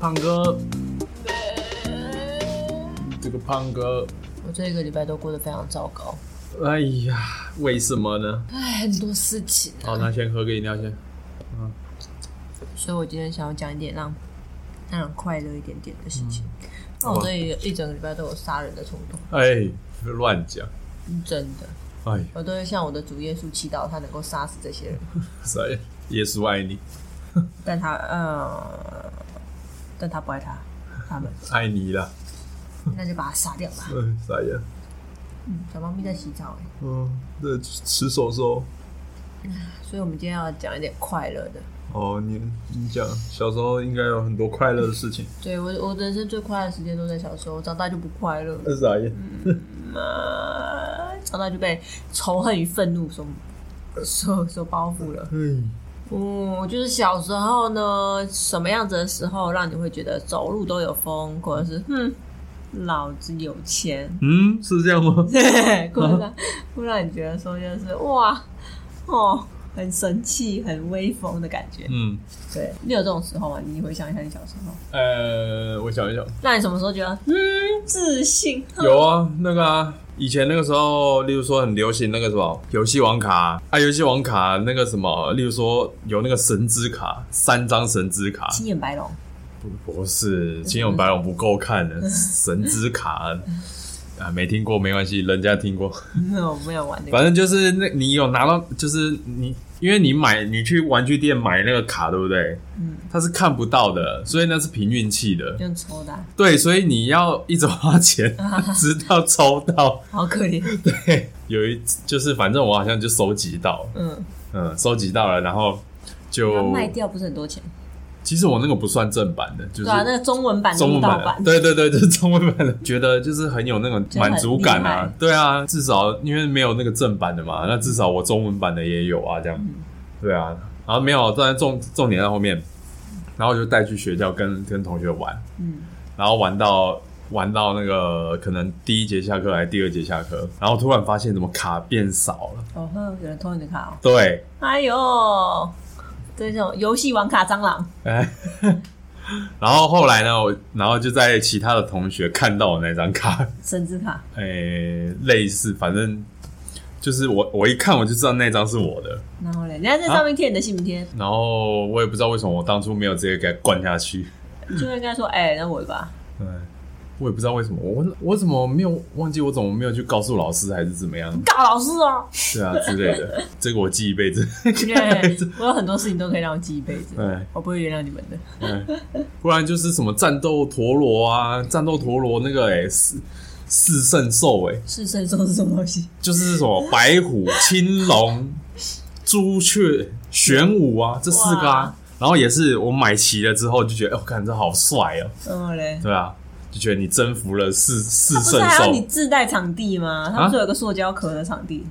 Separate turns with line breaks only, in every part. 胖哥，这个胖哥，
我这一个礼拜都过得非常糟糕，
哎呀，为什么呢？
哎，很多事情啊、
好，那先喝个饮料先。
所以我今天想要讲一点让让人快乐一点点的事情。那、
好
我
啊
这一一整个礼拜都有杀人的冲动，
哎，乱讲。
真的，
哎呀，
我都会向我的主耶稣祈祷他能够杀死这些人，
谁？耶稣爱你，
但他呃，但他不爱他，他们，
爱你啦。
那就把他杀掉吧。
嗯，啥呀？
嗯，小猫咪在洗澡哎，
嗯，这吃手手。
所以我们今天要讲一点快乐的。
哦，你你讲，小时候应该有很多快乐的事情。
对我，我人生最快乐的时间都在小时候，长大就不快乐了。
那啥哎呀？
呃，长大就被仇恨与愤怒所所所包覆了。
嗯，
嗯，就是小时候呢，什么样子的时候让你会觉得走路都有风，或者是哼，老子有钱，
嗯，是这样吗？
或者是会让你觉得说就是哇，哦，很神气、很威风的感觉。
嗯，
对，你有这种时候吗？你回想一下你小时候，
呃，我想一想，
那你什么时候觉得嗯自信？
有啊，那个啊，以前那个时候，例如说很流行那个什么游戏王卡啊，游戏王卡那个什么，例如说有那个神之卡，三张神之卡，
青眼白龙，
不不是青勇白龙不够看的，神之卡啊，没听过没关系，人家听过，
没有没有玩那个
反正就是那你有拿到，就是你因为你买你去玩具店买那个卡，对不对？
嗯，
它是看不到的，所以那是凭运气的。
用抽的啊、
对，所以你要一直花钱，直到抽到。
好可怜。
对，有一次就是反正我好像就收集到，
嗯，
嗯，收集到了，然后
然后
就
卖掉不是很多钱。
其实我那个不算正版的，就是
对啊，那个中文版、
中
盗
文版的
版，
对对对，就是中文版的，觉得就是很有那种
就很
满足感
厉
啊
害，
对啊，至少因为没有那个正版的嘛，那至少我中文版的也有啊，这样，
嗯
对啊，然后没有，当然重重点在后面，然后我就带去学校跟跟同学玩，
嗯，
然后玩到玩到那个可能第一节下课还是第二节下课，然后突然发现怎么卡变少了，
哦呵，有人偷你的卡哦！
对，
哎呦，这种游戏王卡蟑螂，
哎，然后后来呢，我然后就在其他的同学看到我那张卡，
神之卡，
哎，类似，反正就是我我一看我就知道那张是我的，
然后嘞，人家在上面贴你的姓名贴，
然后我也不知道为什么我当初没有直接给它灌下去，
就应该说，哎、那我的吧，
嗯。我也不知道为什么，我我怎么没有忘记，我怎么没有去告诉老师，还是怎么样？
告老师 哦。
对啊之类的，这个我记一辈子。
对， 我有很多事情都可以让我记一辈子，
对
我不会原谅你们的。
嗯，不然就是什么战斗陀螺啊，战斗陀螺那个哎、四四圣兽哎、
是圣兽是什么东西？
就是什么白虎、青龙、朱雀、玄武啊，这四个啊
哇。
然后也是我买齐了之后就觉得，哦，看这好帅哦，
然后嘞，
对啊，就觉得你征服了四四
不是
圣
还要你
兽，
自带场地吗？他不是有一个塑胶壳的场地，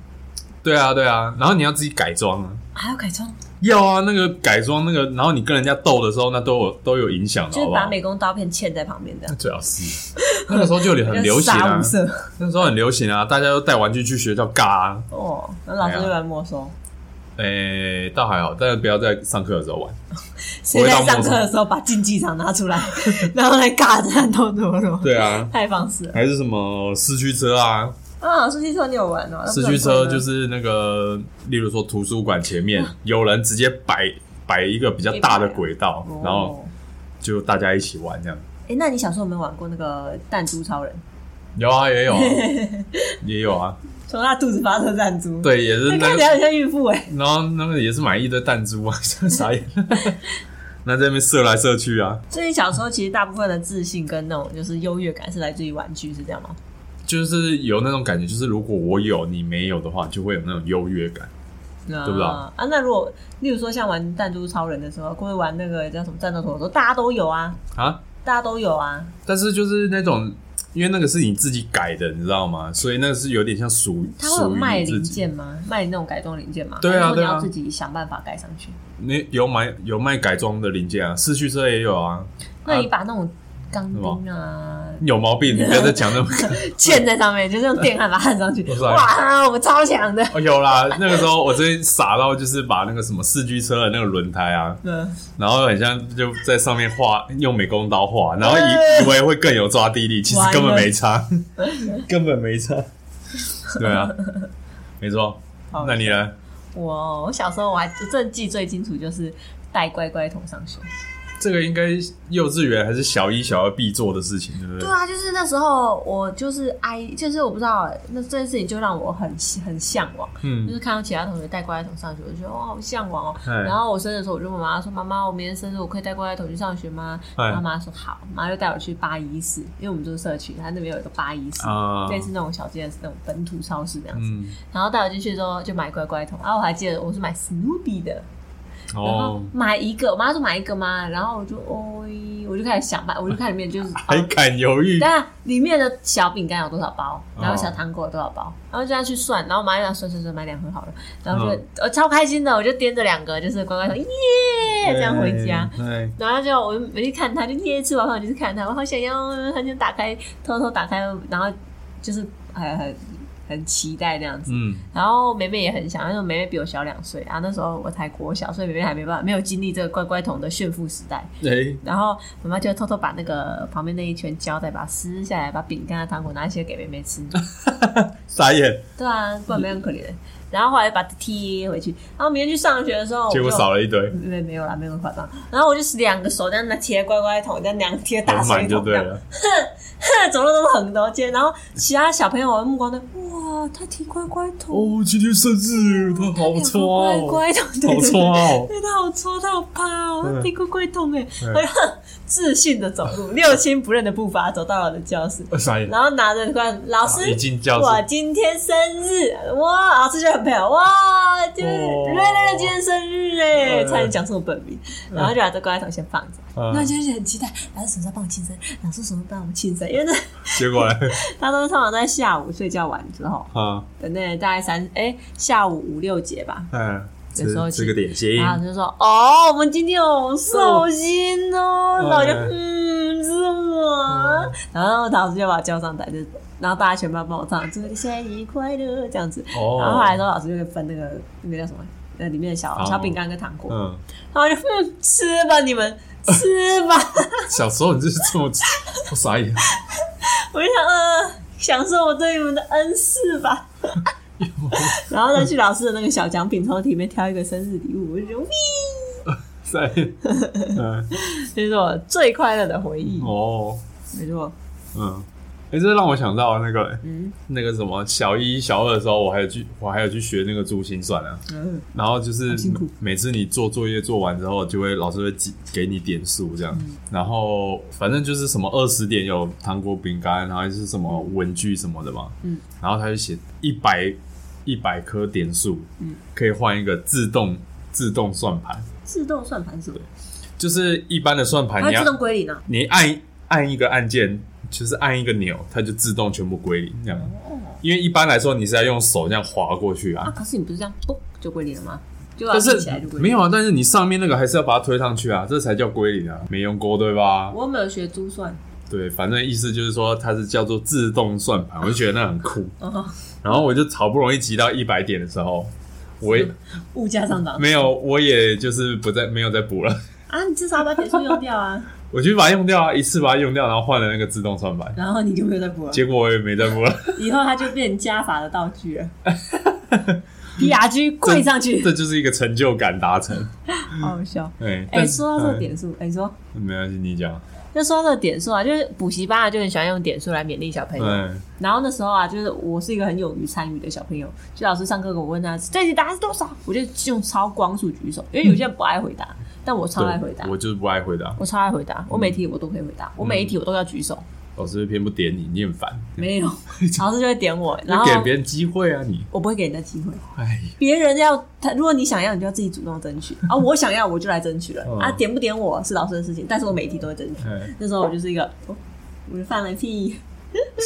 对啊对啊。然后你要自己改装啊，
还要改装，
要啊，那个改装那个，然后你跟人家斗的时候，那都有都有影响的，
就
好
是
不好
把？美工刀片嵌在旁边这样，
最好是那个时候就很流 行
杀
啊
无，赦。
那时候很流行啊，大家都带玩具去学校尬啊。
哦，那老师就来没收。
诶、哎倒还好，但是不要在上课的时候玩。
谁
啊
在上课的时候把竞技场拿出来， 然后来尬战斗陀螺？
对啊，
太放肆了。
还是什么四驱车啊？
啊，四驱车你有玩哦？
四驱车就是那个，例如说图书馆前 面有人直接摆摆一个比较大的轨道
哦，
然后就大家一起玩这样。
哎、那你小时候有没有玩过那个弹珠超人？
有啊，也有， 也有啊，
从他肚子发射弹珠，，
对，也是
那
那
看
个
起来很像孕妇哎、
然后那个也是买一堆弹珠啊，傻 眼。那在那边射来射去啊，
所以小时候其实大部分的自信跟那种就是优越感是来自于玩具，是这样吗？
就是有那种感觉，就是如果我有你没有的话，就会有那种优越感。
对
对不对
啊？啊，那如果例如说像玩弹珠超人的时候，或者玩那个叫什么战斗陀螺，大家都有啊，
啊，
大家都有啊，
但是就是那种，因为那个是你自己改的，你知道吗？所以那个是有点像属
它会有
属于
卖
你自
零
己
件。吗？卖那种改装零件吗？
对啊
还是说你
对啊
要自己想办法盖上去。
你有买有卖改装的零件啊，四驱车也有啊。
那你把那种钢钉啊，
你有毛病，你不要再讲那么。
嵌在上面，就是用电焊把它焊上去。
不是啊
哇，我们超强的。
哦，有啦，那个时候我真的傻到，就是把那个什么四驱车的那个轮胎啊，
嗯，
然后很像就在上面画，用美工刀画，然后
哎
以以为会更有抓地力，其实根本没差， 根本没差。对啊，没错。
好
那你呢？
我我小时候我还真正记最清楚就是带乖乖桶上学。
这个应该幼稚园还是小一、小二必做的事情，对不对
对？啊，就是那时候我就是哀，就是我不知道那这件事情就让我很很向往，就
嗯，
是看到其他同学带乖乖桶上学，我就觉得哇好向往哦。
哎
然后我生日的时候，我就问妈妈说：“妈妈，我明天生日，我可以带乖乖桶去上学吗？”
哎
然后妈妈说：“好。”妈就带我去八一四，因为我们住社区，它那边有一个八一四，
啊，
类似那种小街的那种本土超市这样子。
嗯，
然后带我进去之后就买乖乖桶，啊然后我还记得我是买史努比的，然后
哦，
买一个，我妈说买一个嘛，然后我就哦，我就开始想 买，我就看里面就是，哦
还敢犹豫？
但里面的小饼干有多少包，然后
哦
小糖果有多少包，然后就要去算，然后我妈就想算算算买两盒好了，然后就
嗯
我超开心的，我就掂着两个就是乖乖桶，耶，这样回家。
对，
然后就我就我就看它，就耶吃完饭我就是看它，我好想要，很想打开，偷偷打开，然后就是很很很期待这样子。
嗯，
然后梅梅也很想，因为梅梅比我小两岁啊，那时候我才国小，所以梅梅还没办法没有经历这个乖乖桶的炫富时代。
哎，
然后妈妈就偷偷把那个旁边那一圈胶带把它撕下来，把饼干啊糖果拿一些给梅梅吃。
傻眼，
对啊，不然梅很可怜。然后后来把它贴回去，然后明天去上学的时候，
结 果
哦我就
少了一堆，
没没有啦，没有那么夸张。然后我就是两个手这样拿贴乖乖桶，这样两贴大
很
水
满就
桶这
对
样，
了。
走路都是横的街。然后其他小朋友的目光都哇，他贴乖乖桶，
哦，今天生日，他好
贴
穿哦，
乖乖桶，对
好
对
穿
对。
哦，
对他好戳，他好趴哦，他
嗯
屁股怪痛哎，
嗯
我就哼自信的走路，六亲不认的步伐走到了我的教室，
呃傻眼，
然后拿着罐，老
啊
师
一，进教
我
室，
今天生日，哇，老师就很配合，哇，就是
哦
瑞瑞今天生日哎，
嗯
差点讲出我本名，然后就把这乖桶先放着，
嗯
那就是很期待，老师什么时候帮我庆生，老师什么时候帮我庆生，因为那
结果呢？
他都是通常在下午睡觉完之后，
啊，
等那大概三哎下午五六节吧，
嗯，
有时候
吃吃个点心
然，后就说：“哦，我们今天有寿星哦。”然后我就
嗯
嗯，是我。然后老师就把我叫上台，就然后大家全班帮我唱“祝你生日快乐”这样子。
哦
然后后来之后，老师就会分那个那个叫什么，那里面的小
哦
小饼干跟糖果。
嗯，
然后我就嗯，吃吧你们。吃吧，
小时候你就是这么， 我傻眼，
我就想，呃，享受我对你们的恩赐吧。 然后再去老师的那个小奖品抽屉里面挑一个生日礼物，我就觉得，喂
傻眼，嗯，
这是我最快乐的回忆。
哦，
没错，
嗯。哎、这让我想到那个
嗯
那个什么小一、小二的时候，我还有去，我还有去学那个珠心算啊。
嗯。
然后就是
好辛苦
每次你做作业做完之后，就会老师会给给你点数这
嗯
样，然后反正就是什么二十点有糖果饼干，然后是什么文具什么的嘛，
嗯，
然后他就写一百一百颗点数，
嗯，
可以换一个自动自动算盘，
自动算盘是什么？
就是一般的算盘
它
哎你
会自动
要
归零啊。
你按按一个按键，就是按一个钮，它就自动全部归零这样，
哦，
因为一般来说你是要用手这样划过去
啊，
啊。
可是你不是这样，嘣就归零了吗？就把它
但
立
是
起来就归零。
没有啊，但是你上面那个还是要把它推上去啊，这才叫归零啊，没用过对吧？
我没有学珠算。
对，反正意思就是说它是叫做自动算盘，我就觉得那很酷。
哦，
然后我就好不容易集到一百点的时候，我 也
物价上涨
没有，我也就是不再没有再补了，
啊！你至少把点数用掉啊，
我就把它用掉啊，一次把它用掉，然后换了那个自动算盘，
然后你就没有再补了。
结果我也没再补了。
以后它就变成加法的道具了。P R G 跪上去，
这就是一个成就感达成。
好好笑。
哎
哎、
但是
说到这
嗯
个点数，哎、你说
没关系，你讲。
就说到这个点数啊，就是补习班啊，就很喜欢用点数来勉励小朋友。
嗯，
然后那时候啊，就是我是一个很勇于参与的小朋友，就老师上课给我问他这题答案是多少，我就用超光速举手，因为有些人不爱回答，但我超爱回答
对，我嗯就是不爱回答，
我超爱回答，我每题我都可以回答，我每一题我都要举手，
老师偏不点你，你很烦。
没有老师就会点我，然后
给别人机会啊，你。
我不会给人家机会，
哎，
别人要他，如果你想要，你就要自己主动争取啊，我想要我就来争取了
嗯
啊，点不点我是老师的事情，但是我每一题都会争取。
哎
那时候我就是一个，哦我就犯了屁，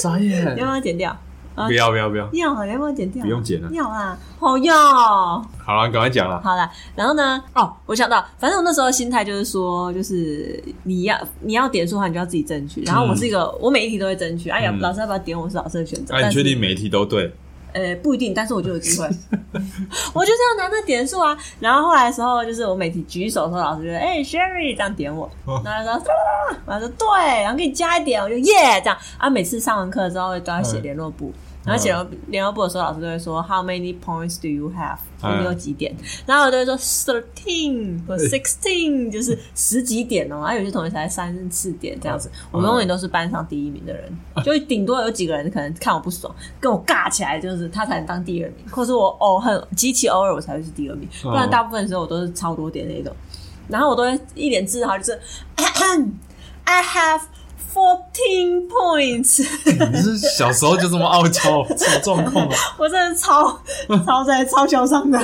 傻眼
你要。不要剪掉？啊
不要不要不要，
要啊，你要帮我剪掉，
不用剪了。
要啊，好要。
好了，赶快讲了。
好啦，然后呢？哦，我想到，反正我那时候的心态就是说，就是你要你要点数的话，你就要自己争取。然后我是一个，我每一题都会争取。哎呀，
嗯
老师要不要点我是老师的选择。
那
但
你
是
确定？每一题都对？
呃，不一定，但是我就有机会。 我就是要拿那点数啊。然后后来的时候，就是我每题举手的时候，老师就哎、Sherry 这样点我，
哦
然后他说、啊，我说对，然后给你加一点，我就耶这样啊。每次上完课之后都要写
嗯
联络簿。然后写联联络簿的时候，老师都会说 How many points do you have？
嗯
你有几点？ 然后我都会说 thirteen 或 sixteen，就是十几点哦。然后有些同学才三四点这样子。
哦
我永远都是班上第一名的人，就顶多有几个人可能看我不爽，跟我尬起来，就是他才能当第二名，或是我偶很极其偶尔我才会是第二名，不然
嗯
大部分时候我都是超多点那种。然后我都会一脸自豪，就是 I have fourteen points 。
你是小时候就这么傲娇，什么状况 啊？
我真的超 超在超嚣张的。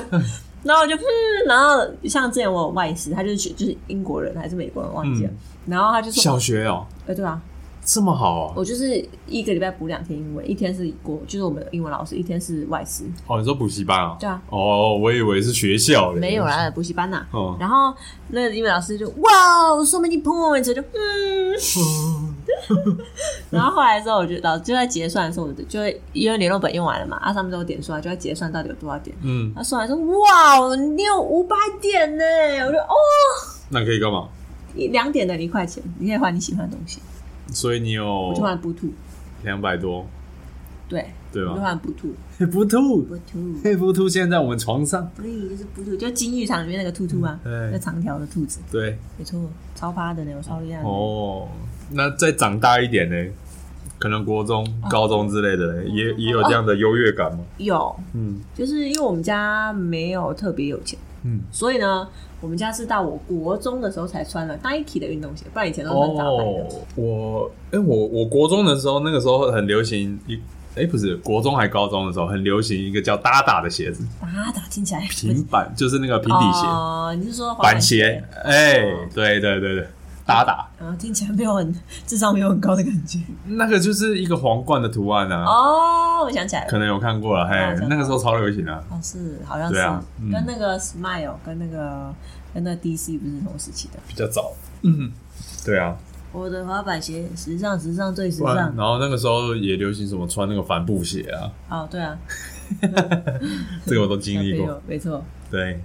然后我就嗯，然后像之前我有外师，他就是去就是英国人还是美国人忘记了，
嗯
然后他就说，
小学哦，
哎、对啊，
这么好哦？
我就是一个礼拜补两天英文，一天是国就是我们的英文老师，一天是外师，
哦，你说补习班啊？
对啊，
哦，我以为是学校嘞。
没有啦，补习班呐、
哦
然后那个英文老师就哇，so 哦 many points，我就嗯，
嗯。
然后后来之后，我就老就在结算的时候，我就就会因为联络本用完了嘛，啊上面都有点数啊，就在结算到底有多少点。
嗯，
他算完说哇，哦你有五百点呢，我就哦。
那可以干嘛？
一两点的一块钱，你可以换你喜欢的东西，
所以你有
我就换不吐，
两百多，
对，
对
我就
吧？
换不吐，
不吐，
不吐，
嘿，不吐，现在在我们床上。
所以就是不吐，就金玉堂里面那个兔兔啊，
嗯对
那长条的兔子，
对，
没错，超趴的呢，我超厉害的，
哦，那再长大一点呢？可能国中、
哦
高中之类的嘞，也也有这样的优越感吗？
有，
嗯
就是因为我们家没有特别有钱，
嗯，
所以呢，我们家是到我国中的时候才穿了 Nike 的运动鞋，不然以前都是很杂牌的，
哦，我哎、我我国中的时候，那个时候很流行一哎、不是国中还高中的时候，很流行一个叫搭打的鞋子，
打打听起来
平板就是那个平底鞋、
哦，你是说滑
板鞋，，哎、对对对对，搭打
然哦后听起来没有很智商没有很高的感觉，
那个就是一个皇冠的图案啊，
哦，我想起来了
可。能有看过了，嘿、
哦真
那
的
个时候超流行啊，
哦，是，好像是，
对啊嗯
跟那个 Smile 跟那个跟那个 DC 不是同时期的。
比较早，嗯，对啊，
我的滑板鞋，时尚，时尚最时
不然
尚。
然后那个时候也流行什么穿那个帆布鞋 啊，
哦，对啊，
这个我都经历
小朋
过，
友，没错。
对，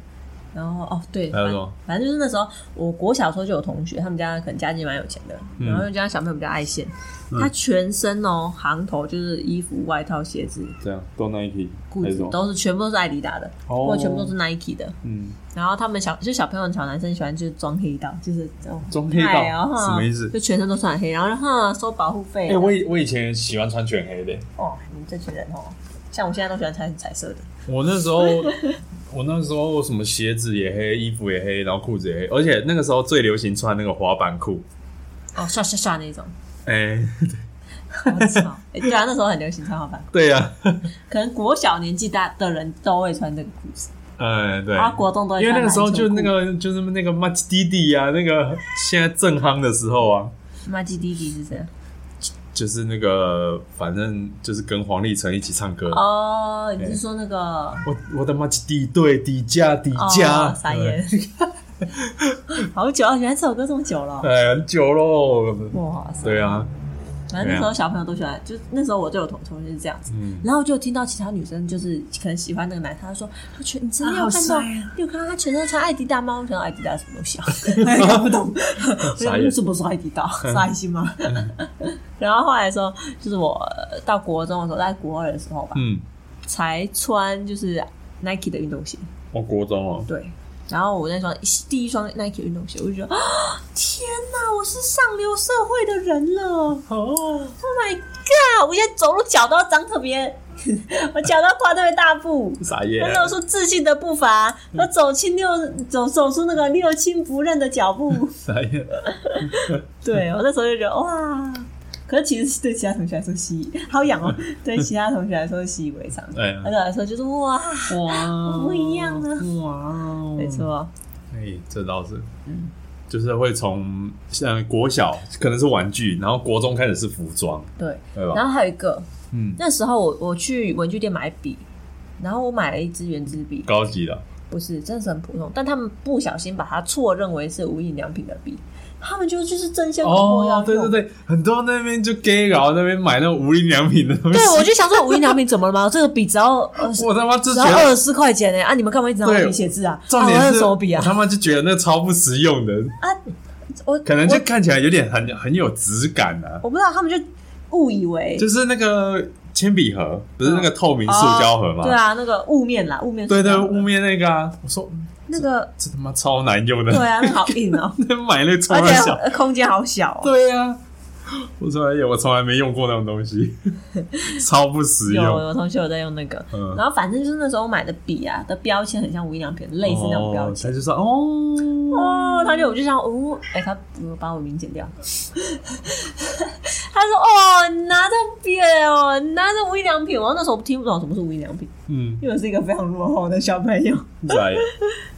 然后哦，对，
还有
反
什么
反正就是那时候，我国小的时候就有同学，他们家可能家境蛮有钱的，
嗯
然后又加上小朋友比较爱现，
嗯
他全身哦，行头就是衣服、外套、鞋子、
这样都 Nike
裤子都是全部都是艾迪达的，
哦
或者全部都是 Nike 的。
嗯。
然后他们小就小朋友小男生喜欢就是装黑道，就是哦
装黑道
嗨哦哈
什么意思
就全身都穿黑，然后就哼收保护费。啊
哎、我以我以前喜欢穿全黑的、
哦，你们这群人哦，像我现在都喜欢穿彩色的。
我那时候， 我那时候什么鞋子也黑，衣服也黑，然后裤子也黑，而且那个时候最流行穿那个滑板裤。
哦，刷刷刷那种，
哎、
好吵！哎 对啊，那时候很流行穿滑板，
对啊 呀、
可能国小年纪大的人都会穿这个裤子，
嗯，对，
然后国中都会穿
因为那个时候就那
篮球
个就是那个 Much 弟弟啊，那个现在正夯的时候啊，
裤妈吉弟弟是谁？
就是那个反正就是跟黄立成一起唱歌。
哦，你是说那个
我我的 Much 弟对底价底价
哦，傻眼， 好久啊！原来这首歌这么久了，
哎，很久喽。
哇塞！
对啊，
反正那时候小朋友都喜欢，就那时候我就有同同学是这样子，
嗯
然后就听到其他女生就是可能喜欢那个男生，他说他全你真的
啊
有
好
看到，
帅啊
你有看到他全身穿艾迪达吗？我想到艾迪达是什么东西 啊？搞不懂，我
傻
想
眼
为什么是艾迪 达？
嗯
是爱心吗？ 然后后来的时候，就是我呃到国中的时候，在国二的时候吧，
嗯，
才穿就是 Nike 的运动鞋，
我国中哦，
对。然后我那双第一双 Nike 运动鞋，我就觉得啊，天哪，我是上流社会的人了。
哦，
Oh my god！我现在走路脚都要张特别，我脚都要跨特别大步，
傻眼
我。露出自信的步伐，我走亲六走走出那个六亲不认的脚步。
傻眼，
对我那时候就觉得哇，可是其实对其他同学来说习以好痒哦，对其他同学来说习以为常，
哎呀
对，我来说就是哇，哦
哇
不一样啊
哇，
没，错，嗯
哎，这倒是，就是会从像国小可能是玩具，然后国中开始是服装，
对，
对吧？
然后还有一个，
嗯，
那时候我我去文具店买笔，然后我买了一支圆珠笔，
高级的，
不是，真的是很普通，但他们不小心把它错认为是无印良品的笔，他们就就是争先恐后要
哦
用，
对对对，很多那边就 gay 佬那边买那种无印良品的东西
对，，我就想说无印良品怎么了吗？这个笔只要呃
我他妈就
只
觉
要二
得，
十四块钱呢、啊！你们干嘛一直拿我
对
笔写字啊？
重
啊，我
点
要
是
手笔
我
啊！
他妈就觉得那超不实用的，
啊，我
可能
我
就看起来有点很很有质感啊，
我不知道，他们就误以为
就是那个铅笔盒，不是那个透明塑胶盒吗？
对啊，那个雾面啦，雾面
对对，
塑胶
雾面那个啊，我说嗯
那个
这他妈超难用的，
对啊，那好硬哦、
买那个超
而
难小，
且空间好小、哦。
对呀、我从来也我从来没用过那种东 西，超不实
有
用。
有同学有在用那个，
嗯
然后反正就是那时候买的笔啊的标签很像无印良品，类似那种标签。
哦他就说哦，
哦，他就我就想，哦，哎、他我把我名剪掉。 他说：“哦，你拿着笔哦，你拿着无印良品。”我那时候听不懂什么是无印良品，
嗯，
因为我是一个非常落后的小朋友，
对，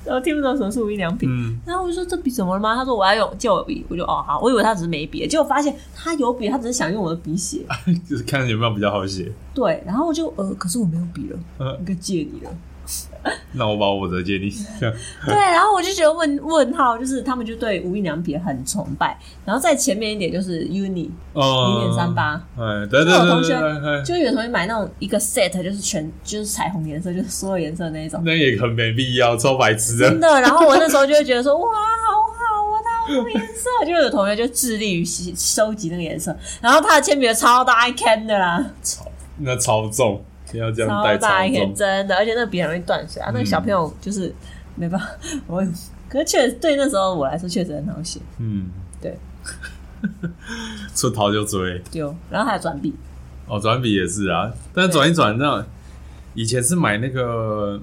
然后听不懂什么是无印良品。
嗯，
然后我就说这笔怎么了吗？他说我要用借我笔，我就哦好，我以为他只是没笔，结果发现他有笔，他只是想用我的笔写。
就是看有没有比较好写。
对，然后我就呃，可是我没有笔了，
呃
应该借你了。
那我把我的借你，
对，然后我就觉得问问号，就是他们就对无印良品很崇拜，然后在前面一点就是 Uni
哦，
零点三，八。
哎，对对
那我
对
同
对
学
对对，
就有同学买那种一个 set，就是全就是彩虹颜色，就是所有颜色那 一种，
那也很没必要，超白痴
真
的。
的。然后我那时候就会觉得说，哇，好好啊，它有颜色。就有同学就致力于吸收集那个颜色，然后他的铅笔盒超大一坑的啦，
那超重，不要这样
超
带嗯
大
超
一坑，
重。
真的，而且那个笔很容易断水啊。那个小朋友就是、没办法， 我可是确对那时候我来说确实很好写，
嗯，
对，
出逃就追。
就然后还有转笔，
哦，转笔也是啊，但转一转那以前是买那个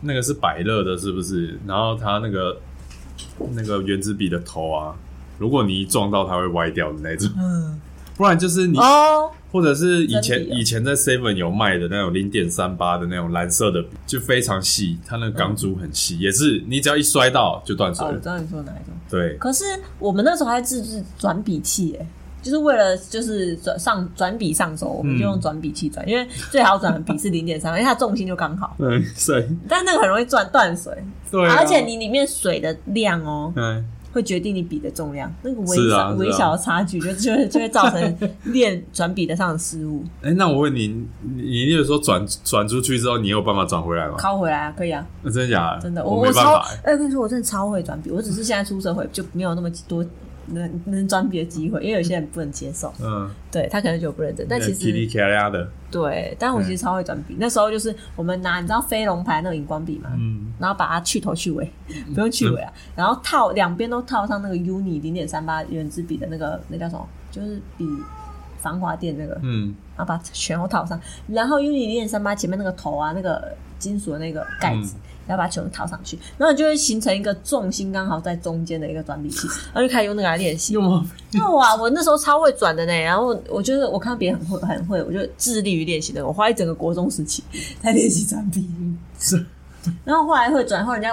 那个是百乐的，是不是？然后它那个那个原子笔的头啊，如果你一撞到，它会歪掉的那种。
嗯，
不然就是你，
哦，
或者是以前、
真笔哦
以前在 Seven 有卖的那种零点三八的那种蓝色的笔，就非常细，它那个钢珠很细，也是你只要一摔到就断水
嗯哦，我
了。
知道你说哪一种。
对，
可是我们那时候还自制转笔器耶，就是为了就是转上转笔上
嗯
手，我们就用转笔器转，因为最好转的笔是零点 三，因为它重心就刚好，
嗯，对，
但那个很容易转断水，
对啊、
啊而且你里面水的量哦。
嗯，
会决定你笔的重量，那个微
是
小、
啊是啊
微小的差距就就会就会造成练转笔的上的失误。
哎、那我问你，你你有说转转出去之后，你有办法转回来吗？
拷回来啊，可以啊，
那真的假的？
真的，
我
我
没办
超
法、欸。
哎、我跟你说，我真的超会转笔，我只是现在出社会就没有那么多能能转笔的机会，因为有些人不能接受，
嗯，
对他可能觉得我不认真，但其实
噼里啪啦的，
对，但我其实超会转笔。那时候就是我们拿你知道飞龙牌那种荧光笔嘛，
嗯，
然后把它去头去尾，不用去尾啊，然后套两边都套上那个 Uni 零点三八原子笔的那个那叫什么，就是笔防滑垫那个，
嗯，
然后把它全部套上，然后 Uni 零点三八前面那个头啊，那个金属的那个盖子。
嗯
然后把它全部套上去，然后你就会形成一个重心刚好在中间的一个转笔器，然后就开始用那个来练习。
用吗？
有啊，我那时候超会转的呢。然后我觉得我看别人很会，很会，我就致力于练习的。我花一整个国中时期在练习转笔，
是
然后后来会转，后人家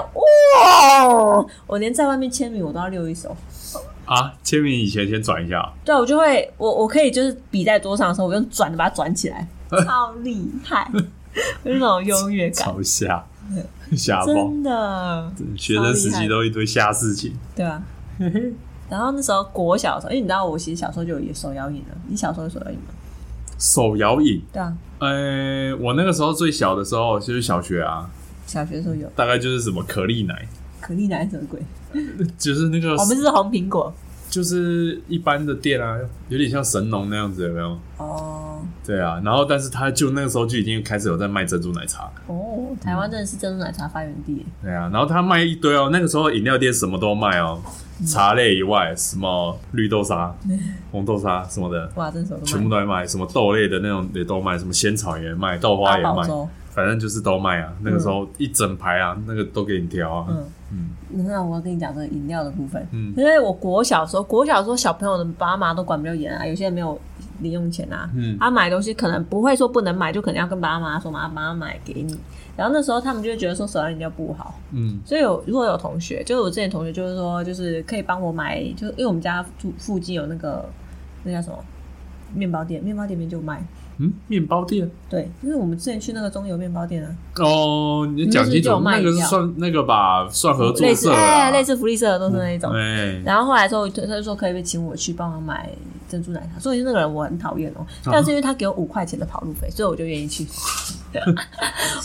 哇，我连在外面签名我都要溜一手。
啊，签名以前先转一下，哦
对，啊我就会，我我可以就是笔在桌上的时候，我用转的把它转起来，超厉害，有那种优越感，
朝下，下包。
真的，
学生时期
超厉害
都一堆瞎事情，
对啊。然后那时候国小的时候，因为你知道我其实小时候就有手摇饮了，你小时候有手摇饮吗？
手摇饮。
对啊，
呃，我那个时候最小的时候就是小学啊，
小学的时候有
大概就是什么可丽奶，
可丽奶什么鬼？
就是那个
哦我们是红苹果。
就是一般的店啊，有点像神农那样子，有没有？
哦
对啊，然后但是他就那个时候就已经开始有在卖珍珠奶茶，
哦，台湾真的是珍珠奶茶发源地耶，
对啊，然后他卖一堆哦，那个时候饮料店什么都卖哦，茶类以外，什么绿豆 沙、红豆沙什么的，
哇，真什么
全部
都
都在卖，什么豆类的那种也都卖，什么仙草也卖，豆花
卖。
也
八宝
卖，
粥，
反正就是都卖啊。那个时候一整排啊，那个都给你挑啊。
嗯那我要跟你讲这个饮料的部分，
嗯
因为我国小的时候，国小的时候小朋友的爸妈都管比较严啊，有些人没有零用钱啊，
嗯
他买东西可能不会说不能买，就可能要跟爸妈说妈妈买给你。然后那时候他们就会觉得说手摇饮料不好，
嗯
所以有如果有同学，就是我之前同学就是说，就是可以帮我买，就因为我们家附附近有那个那叫什么面包店，面包店里面就卖。
嗯，面包店
对，就是我们之前去那个中油面包店啊，
哦，你讲
你
清
们是不
楚，那个
是就有卖
是
饮料
算那个吧，算合
类
作
似
社啦
哎，类似福利社的都是那一种。
哎，
然后后来之后，他就说可以请我去帮忙买珍珠奶茶。所以那个人我很讨厌哦，但是因为他给我五块钱的跑路费，所以我就愿 意去。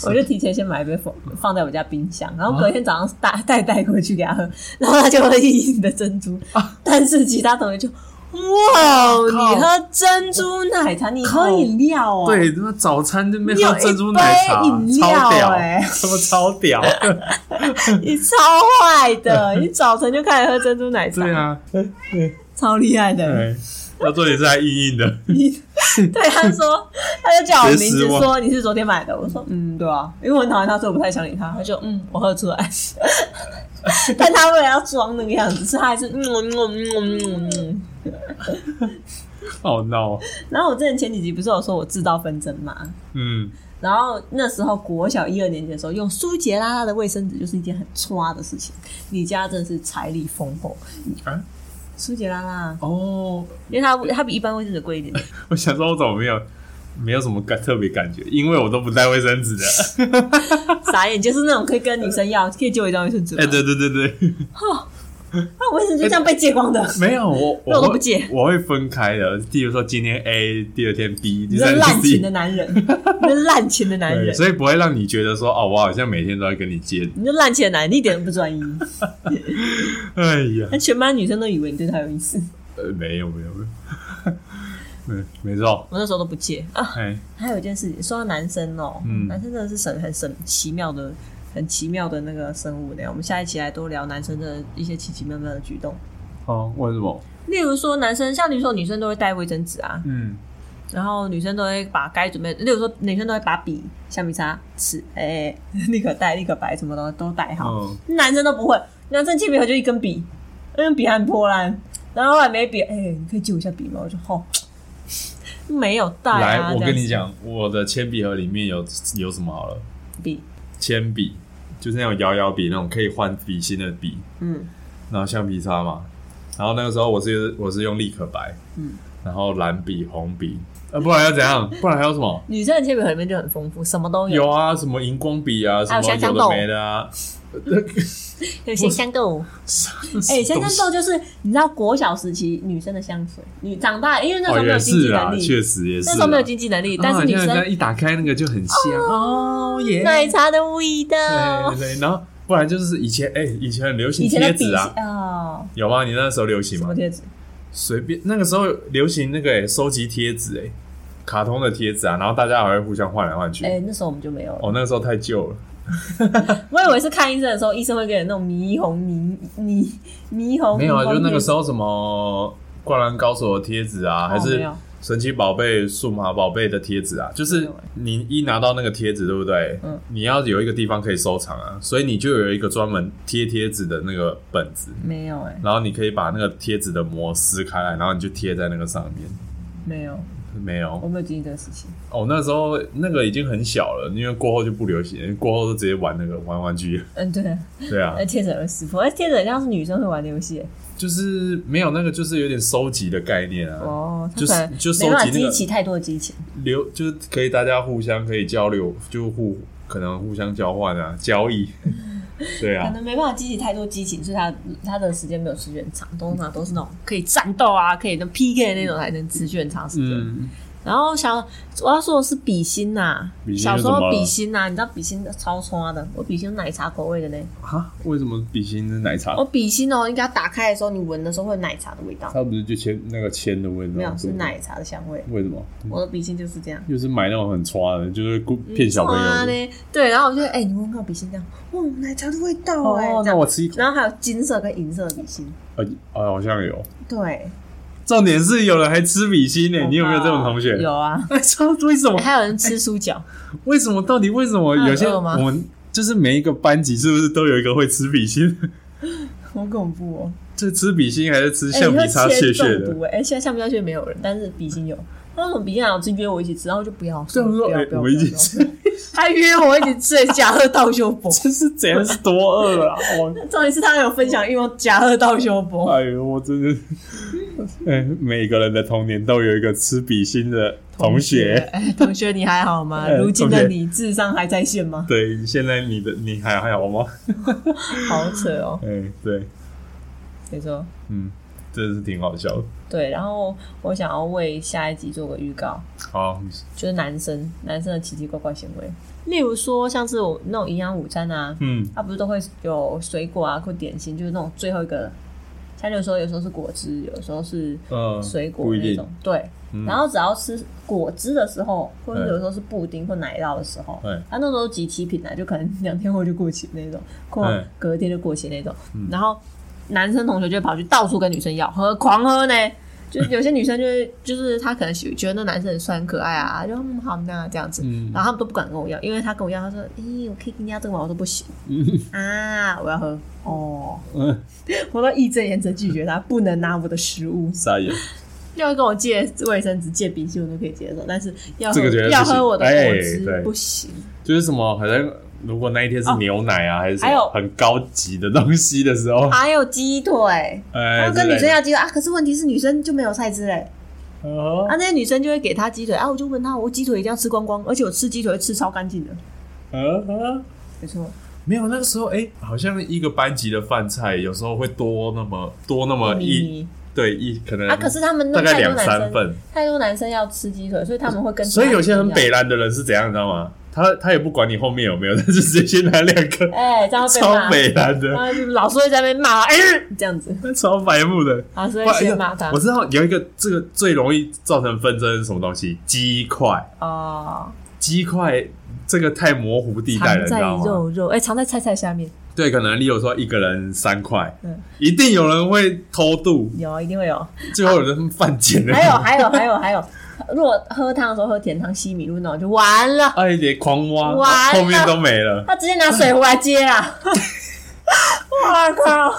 我就提前先买一杯放放在我家冰箱，然后
啊
隔天早上带带带过去给他喝，然后他就喝一饮的珍珠。但是其他同学就哇，
啊靠
你喝珍珠奶茶，你喝饮料哦？
对，他妈早餐就没
你有
喝
一
珍珠奶茶，
杯饮料
超屌，
哎
他妈 超 屌，
你超坏的，你早晨就开始喝珍珠奶茶，
对啊，
超厉害的。
对，那重点是还硬硬的，
对，他说，他就叫我名字
别失望
说你是昨天买的，我说嗯，对啊，因为我很讨厌他，所以我不太想理他。他就嗯，我喝得出来， 但他为了要装那个样子，所以他还是嗯嗯嗯嗯嗯嗯。
好闹，啊
然后我之前前几集不是有说我制造纷争嘛，
嗯，
然后那时候国小一二年级的时候，用苏杰拉拉的卫生纸就是一件很差的事情。你家真的是财力丰厚，
啊，
苏杰拉拉，
哦，
因为它它比一般卫生纸贵一点点。
我想说，我怎么没有没有什么感特别感觉，因为我都不带卫生纸 的，
傻眼，就是那种可以跟女生要，可以借我一张卫生纸吗。
哎，对对对 对，
那卫生纸就这样被借 光的。
没有我，我
那我都
会
不借
我会分开的，例如说今天 A，第二天 B，第
你是
三
滥
天
情
C
的。男人，你是滥情的男
对，
人，
所以不会让你觉得说哦，我好像每天都在跟你接。
你是滥情的男人，你一点都不专一。
哎呀，
那全班女生都以为你对他有意思，
呃，没有没有 没有，没没错，
我那时候都不借啊。
哎，
还有一件事情，说到男生哦，
嗯
男生真的是神很神奇妙的。很奇妙的那个生物的，我们下一期来多聊男生的一些奇奇妙妙的举动。
哦，为什么？
例如说，男生像你说，女生都会带卫生纸啊，
嗯，
然后女生都会把该准备，例如说，女生都会把笔、橡皮擦、尺，哎、 立刻带、立刻摆，什么的都带好。
哦，
男生都不会，男生铅笔盒就一根笔，那根笔很破烂，然后后来没笔，哎、你可以借我一下笔吗？我就吼、没有带啊。
来，我
这样
跟你
子
讲，我的铅笔盒里面有有什么好了？
笔，
铅笔就是那种摇摇笔，那种可以换笔芯的笔，
嗯，
然后橡皮擦嘛，然后那个时候我是我是用立可白，
嗯，
然后蓝笔、红笔，呃，不然要怎样？不然还有什么？
女生的铅笔盒里面就很丰富，什么都有，
有啊，什么荧光笔啊，什
还有
么
香香
有
豆
的没的啊，
有香香豆。哎、香香豆就是你知道国小时期女生的香水，你长大因为那时
哦，
候没有
也
经济
是啊
能，力，
确实也是啊，
那时候没有经济能力，但
啊
是女
像人家
生
一打开那个就很香哦耶，
奶茶的味道
对，对，然后不然就是以前哎、以前很流行
哦以前的
哎贴
笔
纸啊，
哦，
有吗？你那时候流行
什么
吗？
贴纸？
随便那个时候流行那个哎、收集贴纸哎，卡通的贴纸啊，然后大家还会互相换来换去。
哎、那时候我们就没有了。
哦，那个时候太旧了，
我以为是看医生的时候，医生会给你那种霓虹霓霓霓虹
没有啊，就那个时
候
候什么《灌篮高手》的贴纸啊，还
哦没
是
有
神奇宝贝、数码宝贝的贴纸啊，就
没
是
有欸
你一拿到那个贴纸，对不对？
嗯
你要有一个地方可以收藏啊，所以你就有一个专门贴贴纸的那个本子，
没有哎、
然后你可以把那个贴纸的膜撕开来，然后你就贴在那个上面。
没有，
没
我
有
没有经历这个事情。
哦，那时候那个已经很小了，因为过后就不流行，过后就直接玩那个玩玩具。
嗯，对，
对啊
呃，，贴纸很师傅，哎，贴纸很像是女生会玩的游戏哎
就是没有那个，就是有点收集的概念啊，
哦，它
就是
可能
就收集
没办法
那个
激起太多的激情。
流就是可以大家互相可以交流，就互可能互相交换啊，交易。 对
可
啊，
能没办法激起太多激情，所以他他的时间没有持续很长，通常都是那种可以战斗啊，可以那 PK 的那种才能持续很长时间。
嗯，
然后想我要说的是比心呐、
比心
小
是
时
什么
候
了
比心呐、你知道比心超刷的，我比心奶茶口味的呢。
啊，为什么比心是奶茶
我？比心哦，你给它打开的时候，你闻的时候会有奶茶的味道，
它不是就铅那个铅的味道？
没有是
不
奶茶的香味。
为什么？
我的比心就是这样。
就是买那种很刷的，就是故骗小朋友
哇
的。
嗯呢？对，然后我就哎、你闻看比心这样，哇，奶茶的味道哎、
哦，
这
那
样
我吃一口。
然后还有金色跟银色的比心，
呃，啊，好像有。
对，
重点是有人还吃比心哎呢，你有没有这种同学？
有。啊，
哎，操！为什么？
还有人吃猪脚，
为什么？到底为什么？
他很
有些
饿
我
吗
们就是每一个班级是不是都有一个会吃比心？
好恐怖哦！
这吃比心还是吃
哎、
橡
你
皮
会
擦
铅
屑屑
中啊
的？
毒哎、现在橡皮擦屑没有人，但是比心有。他说什么笔记本老师约我一起吃，然后我就不要，
这样
不要
说，
不
哎
要，不要
我们一起
不要
吃，
他约我一起吃加贺道修 博，
这是怎样是多饿啊？ 哦，
重点是他有分享欲望加贺道修博，
哎呦，我真的 是，哎，每个人的童年都有一个吃笔芯的同学。
哎，同学你还好吗？
哎
如今的
同学
你智商还在线吗？
对，现在你的你还还好吗？
好扯哦，
哎，对，
没错。
嗯，真的是挺好笑的。
对，然后我想要为下一集做个预告，
好，
就是男生男生的奇奇怪怪行为，例如说像是我那种营养午餐啊，
嗯，
它不是都会有水果啊或点心，就是那种最后一个，像有时候有时候是果汁，有时候是
呃，
水果
不一
那
定
种，，对。
嗯
然后只要吃果汁的时候，或者
对
有时候是布丁或奶酪的时候，
对
它、那时候集期品啊，就可能两天后就过期那种，过
对
隔天就过期那种。
嗯
然后男生同学就会跑去到处跟女生要喝，狂喝呢。就是有些女生 就是就是她可能喜觉得那男生很帅很可爱啊，就嗯好那这样子，
嗯
然后他们都不敢跟我要，因为他跟我要，他说咦、我可以跟你要这个吗？我说不行
嗯
啊，我要喝哦，
嗯，
我都义正言辞拒绝他，不能拿我的食物。
傻眼，
要跟我借卫生纸、借笔芯，我都可以接受，但是要喝
这个绝对不行
要喝我的
哎
果汁
对
不行。
就是什么，好像如果那一天是
哦
牛奶啊，还是什
还有
么很高级的东西的时候，
还有鸡腿，然
哎，
后
之
跟
类
女
的
生要鸡腿啊，可是问题是女生就没有菜汁嘞，
哦
啊，那些女生就会给她鸡腿啊，我就问她，我鸡腿一定要吃光光，而且我吃鸡腿会吃超干净的，
啊啊
没错，
没有，那个时候哎、好像一个班级的饭菜有时候会多那么多那么哦一
哦你
对一可能
啊，可是他们
大
那
概
太多
两
男
三
生，
份，
太多男生要吃鸡腿，所以他们会跟其他
所以有些很
人不一
北
样，
兰的人是怎样，你知道吗？他他也不管你后面有没有， 他就直接先拿两个，
哎，这样会被
超
骂，
北兰
然
的，
后就老师会在那边骂，哎，这样子，啊
超白目的。
老师
不
会
然
先骂他
我，知道有一个这个最容易造成纷争是什么东西？鸡块，
哦，
鸡块这个太模糊地带了，
藏
你
在
知道吗？
肉肉，哎，藏在菜菜下面，
对，可能例如说一个人三块，
嗯
一定有人会偷渡，
有一定 会有。
最后有人犯贱的。
还有还有还有还有，如果喝汤的时候喝甜汤西米露那种就完了，
哎，也狂挖，
完了
后面都没了。
他直接拿水壶来接啊！我靠，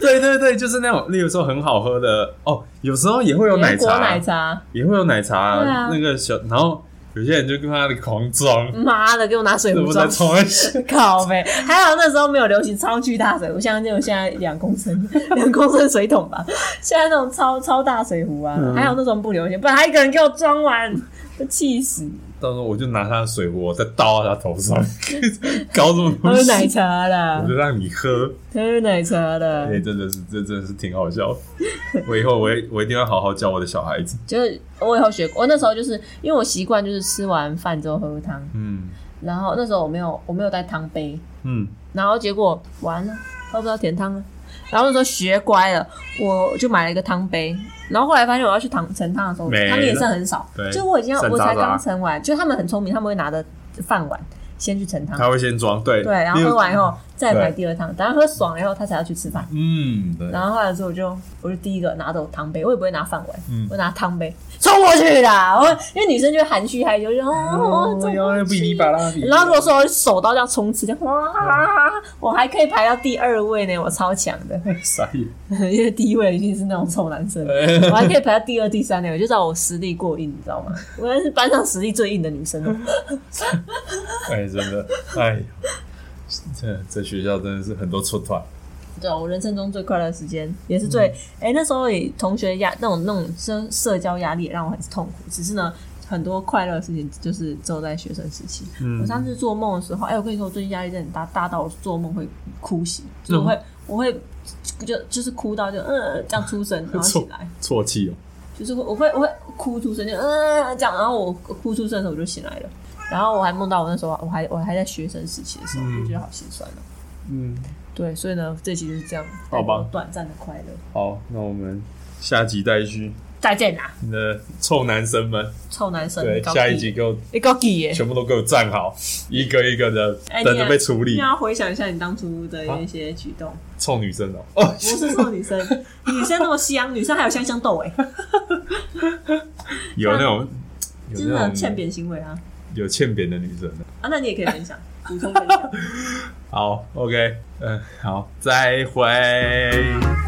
对对对，就是那种，例如说很好喝的哦，有时候也会有奶
美国
茶，
奶茶，
也会有奶茶、
对啊
那个小，然后有些人就跟他的狂 装，
妈的，给我拿水
怎
壶
么在
装。
冲
靠呗，还好那时候没有流行超巨大水壶，像那种现在两公升、 两公升水桶吧，现在那种超超大水壶啊，
嗯
还好那种不流行，不然他一个人给我装完，都气死！
到时候我就拿他的水壶，我再倒到他头上， 搞什么
喝
东西？
奶茶啦
我，就让你喝，
喝奶茶啦
哎、，真的是，这真的是挺好笑。我以后我一我一定要好好教我的小孩子。
就是我以后学，我那时候就是因为我习惯就是吃完饭之后喝汤，
嗯
然后那时候我没有我没有带汤杯，
嗯，
然后结果完了喝不到甜汤了，然后那时候学乖了，我就买了一个汤杯，然后后来发现我要去糖盛汤的时候，
没了
他们也剩很少
对，
就我已经要
剩
我
渣
才
渣
刚盛完，就他们很聪明，他们会拿着饭碗先去盛汤，
他会先装，对
对，然后喝完以，后再 买
对
第二汤，等他喝爽了以后他才要去吃饭。
嗯，对，
然后后来之后，我就我就第一个拿走汤杯，我也不会拿饭碗，
嗯
我拿汤杯冲过去啦。我因为女生就会含蓄害羞，就哦，
哦
冲
哟，
过
哔
去
哩吧啦，
然后如果说我手刀这样冲刺，就哇，我还可以排到第二位呢，我超强的，
傻眼，
因为第一位一定是那种臭男生，我还可以排到第二、第三呢，我就知道我实力过硬，你知道吗？我是班上实力最硬的女生哦，
哎，真的，哎呦，这这学校真的是很多出团，
对啊，我人生中最快乐的时间，也是
嗯
最哎、那时候也同学压那种那种社社交压力也让我很痛苦，只是呢。很多快乐的事情就是只有在学生时期。
嗯
我上次做梦的时候，哎、我跟你说，我最近压力真的很大，大到我做梦会哭醒，就是我会、
嗯
我会就就是哭到就嗯、呃、这样出神，然后起 来，
啜泣哦，
就是我我会我会哭出声，就嗯、呃、这样，然后我哭出声的时候我就醒来了，然后我还梦到我那时候我还我还在学生时期的时候，
嗯
我就觉得好心酸哦。
嗯，
对，所以呢，这期就是这样，
好吧
短暂的快乐，
好，那我们下集待续，
再见啦，
你的臭男生们，
臭男生，
对，
搞
下一
屁
集，给我
你搞屁耶！
全部都给我站好，一个一个的
哎
等
你
着
啊
被处
你
理，
要回想一下你当初的一些
啊
举动，
臭女生哦，哦，
不是说女生，女生那么香，女生还有香香豆哎，
有那
啊
种有
真的
那
欠
种
扁行为啊！
有欠扁的女生的，
啊，那你也可以分享，补充分享。
好，OK，嗯，好，再会。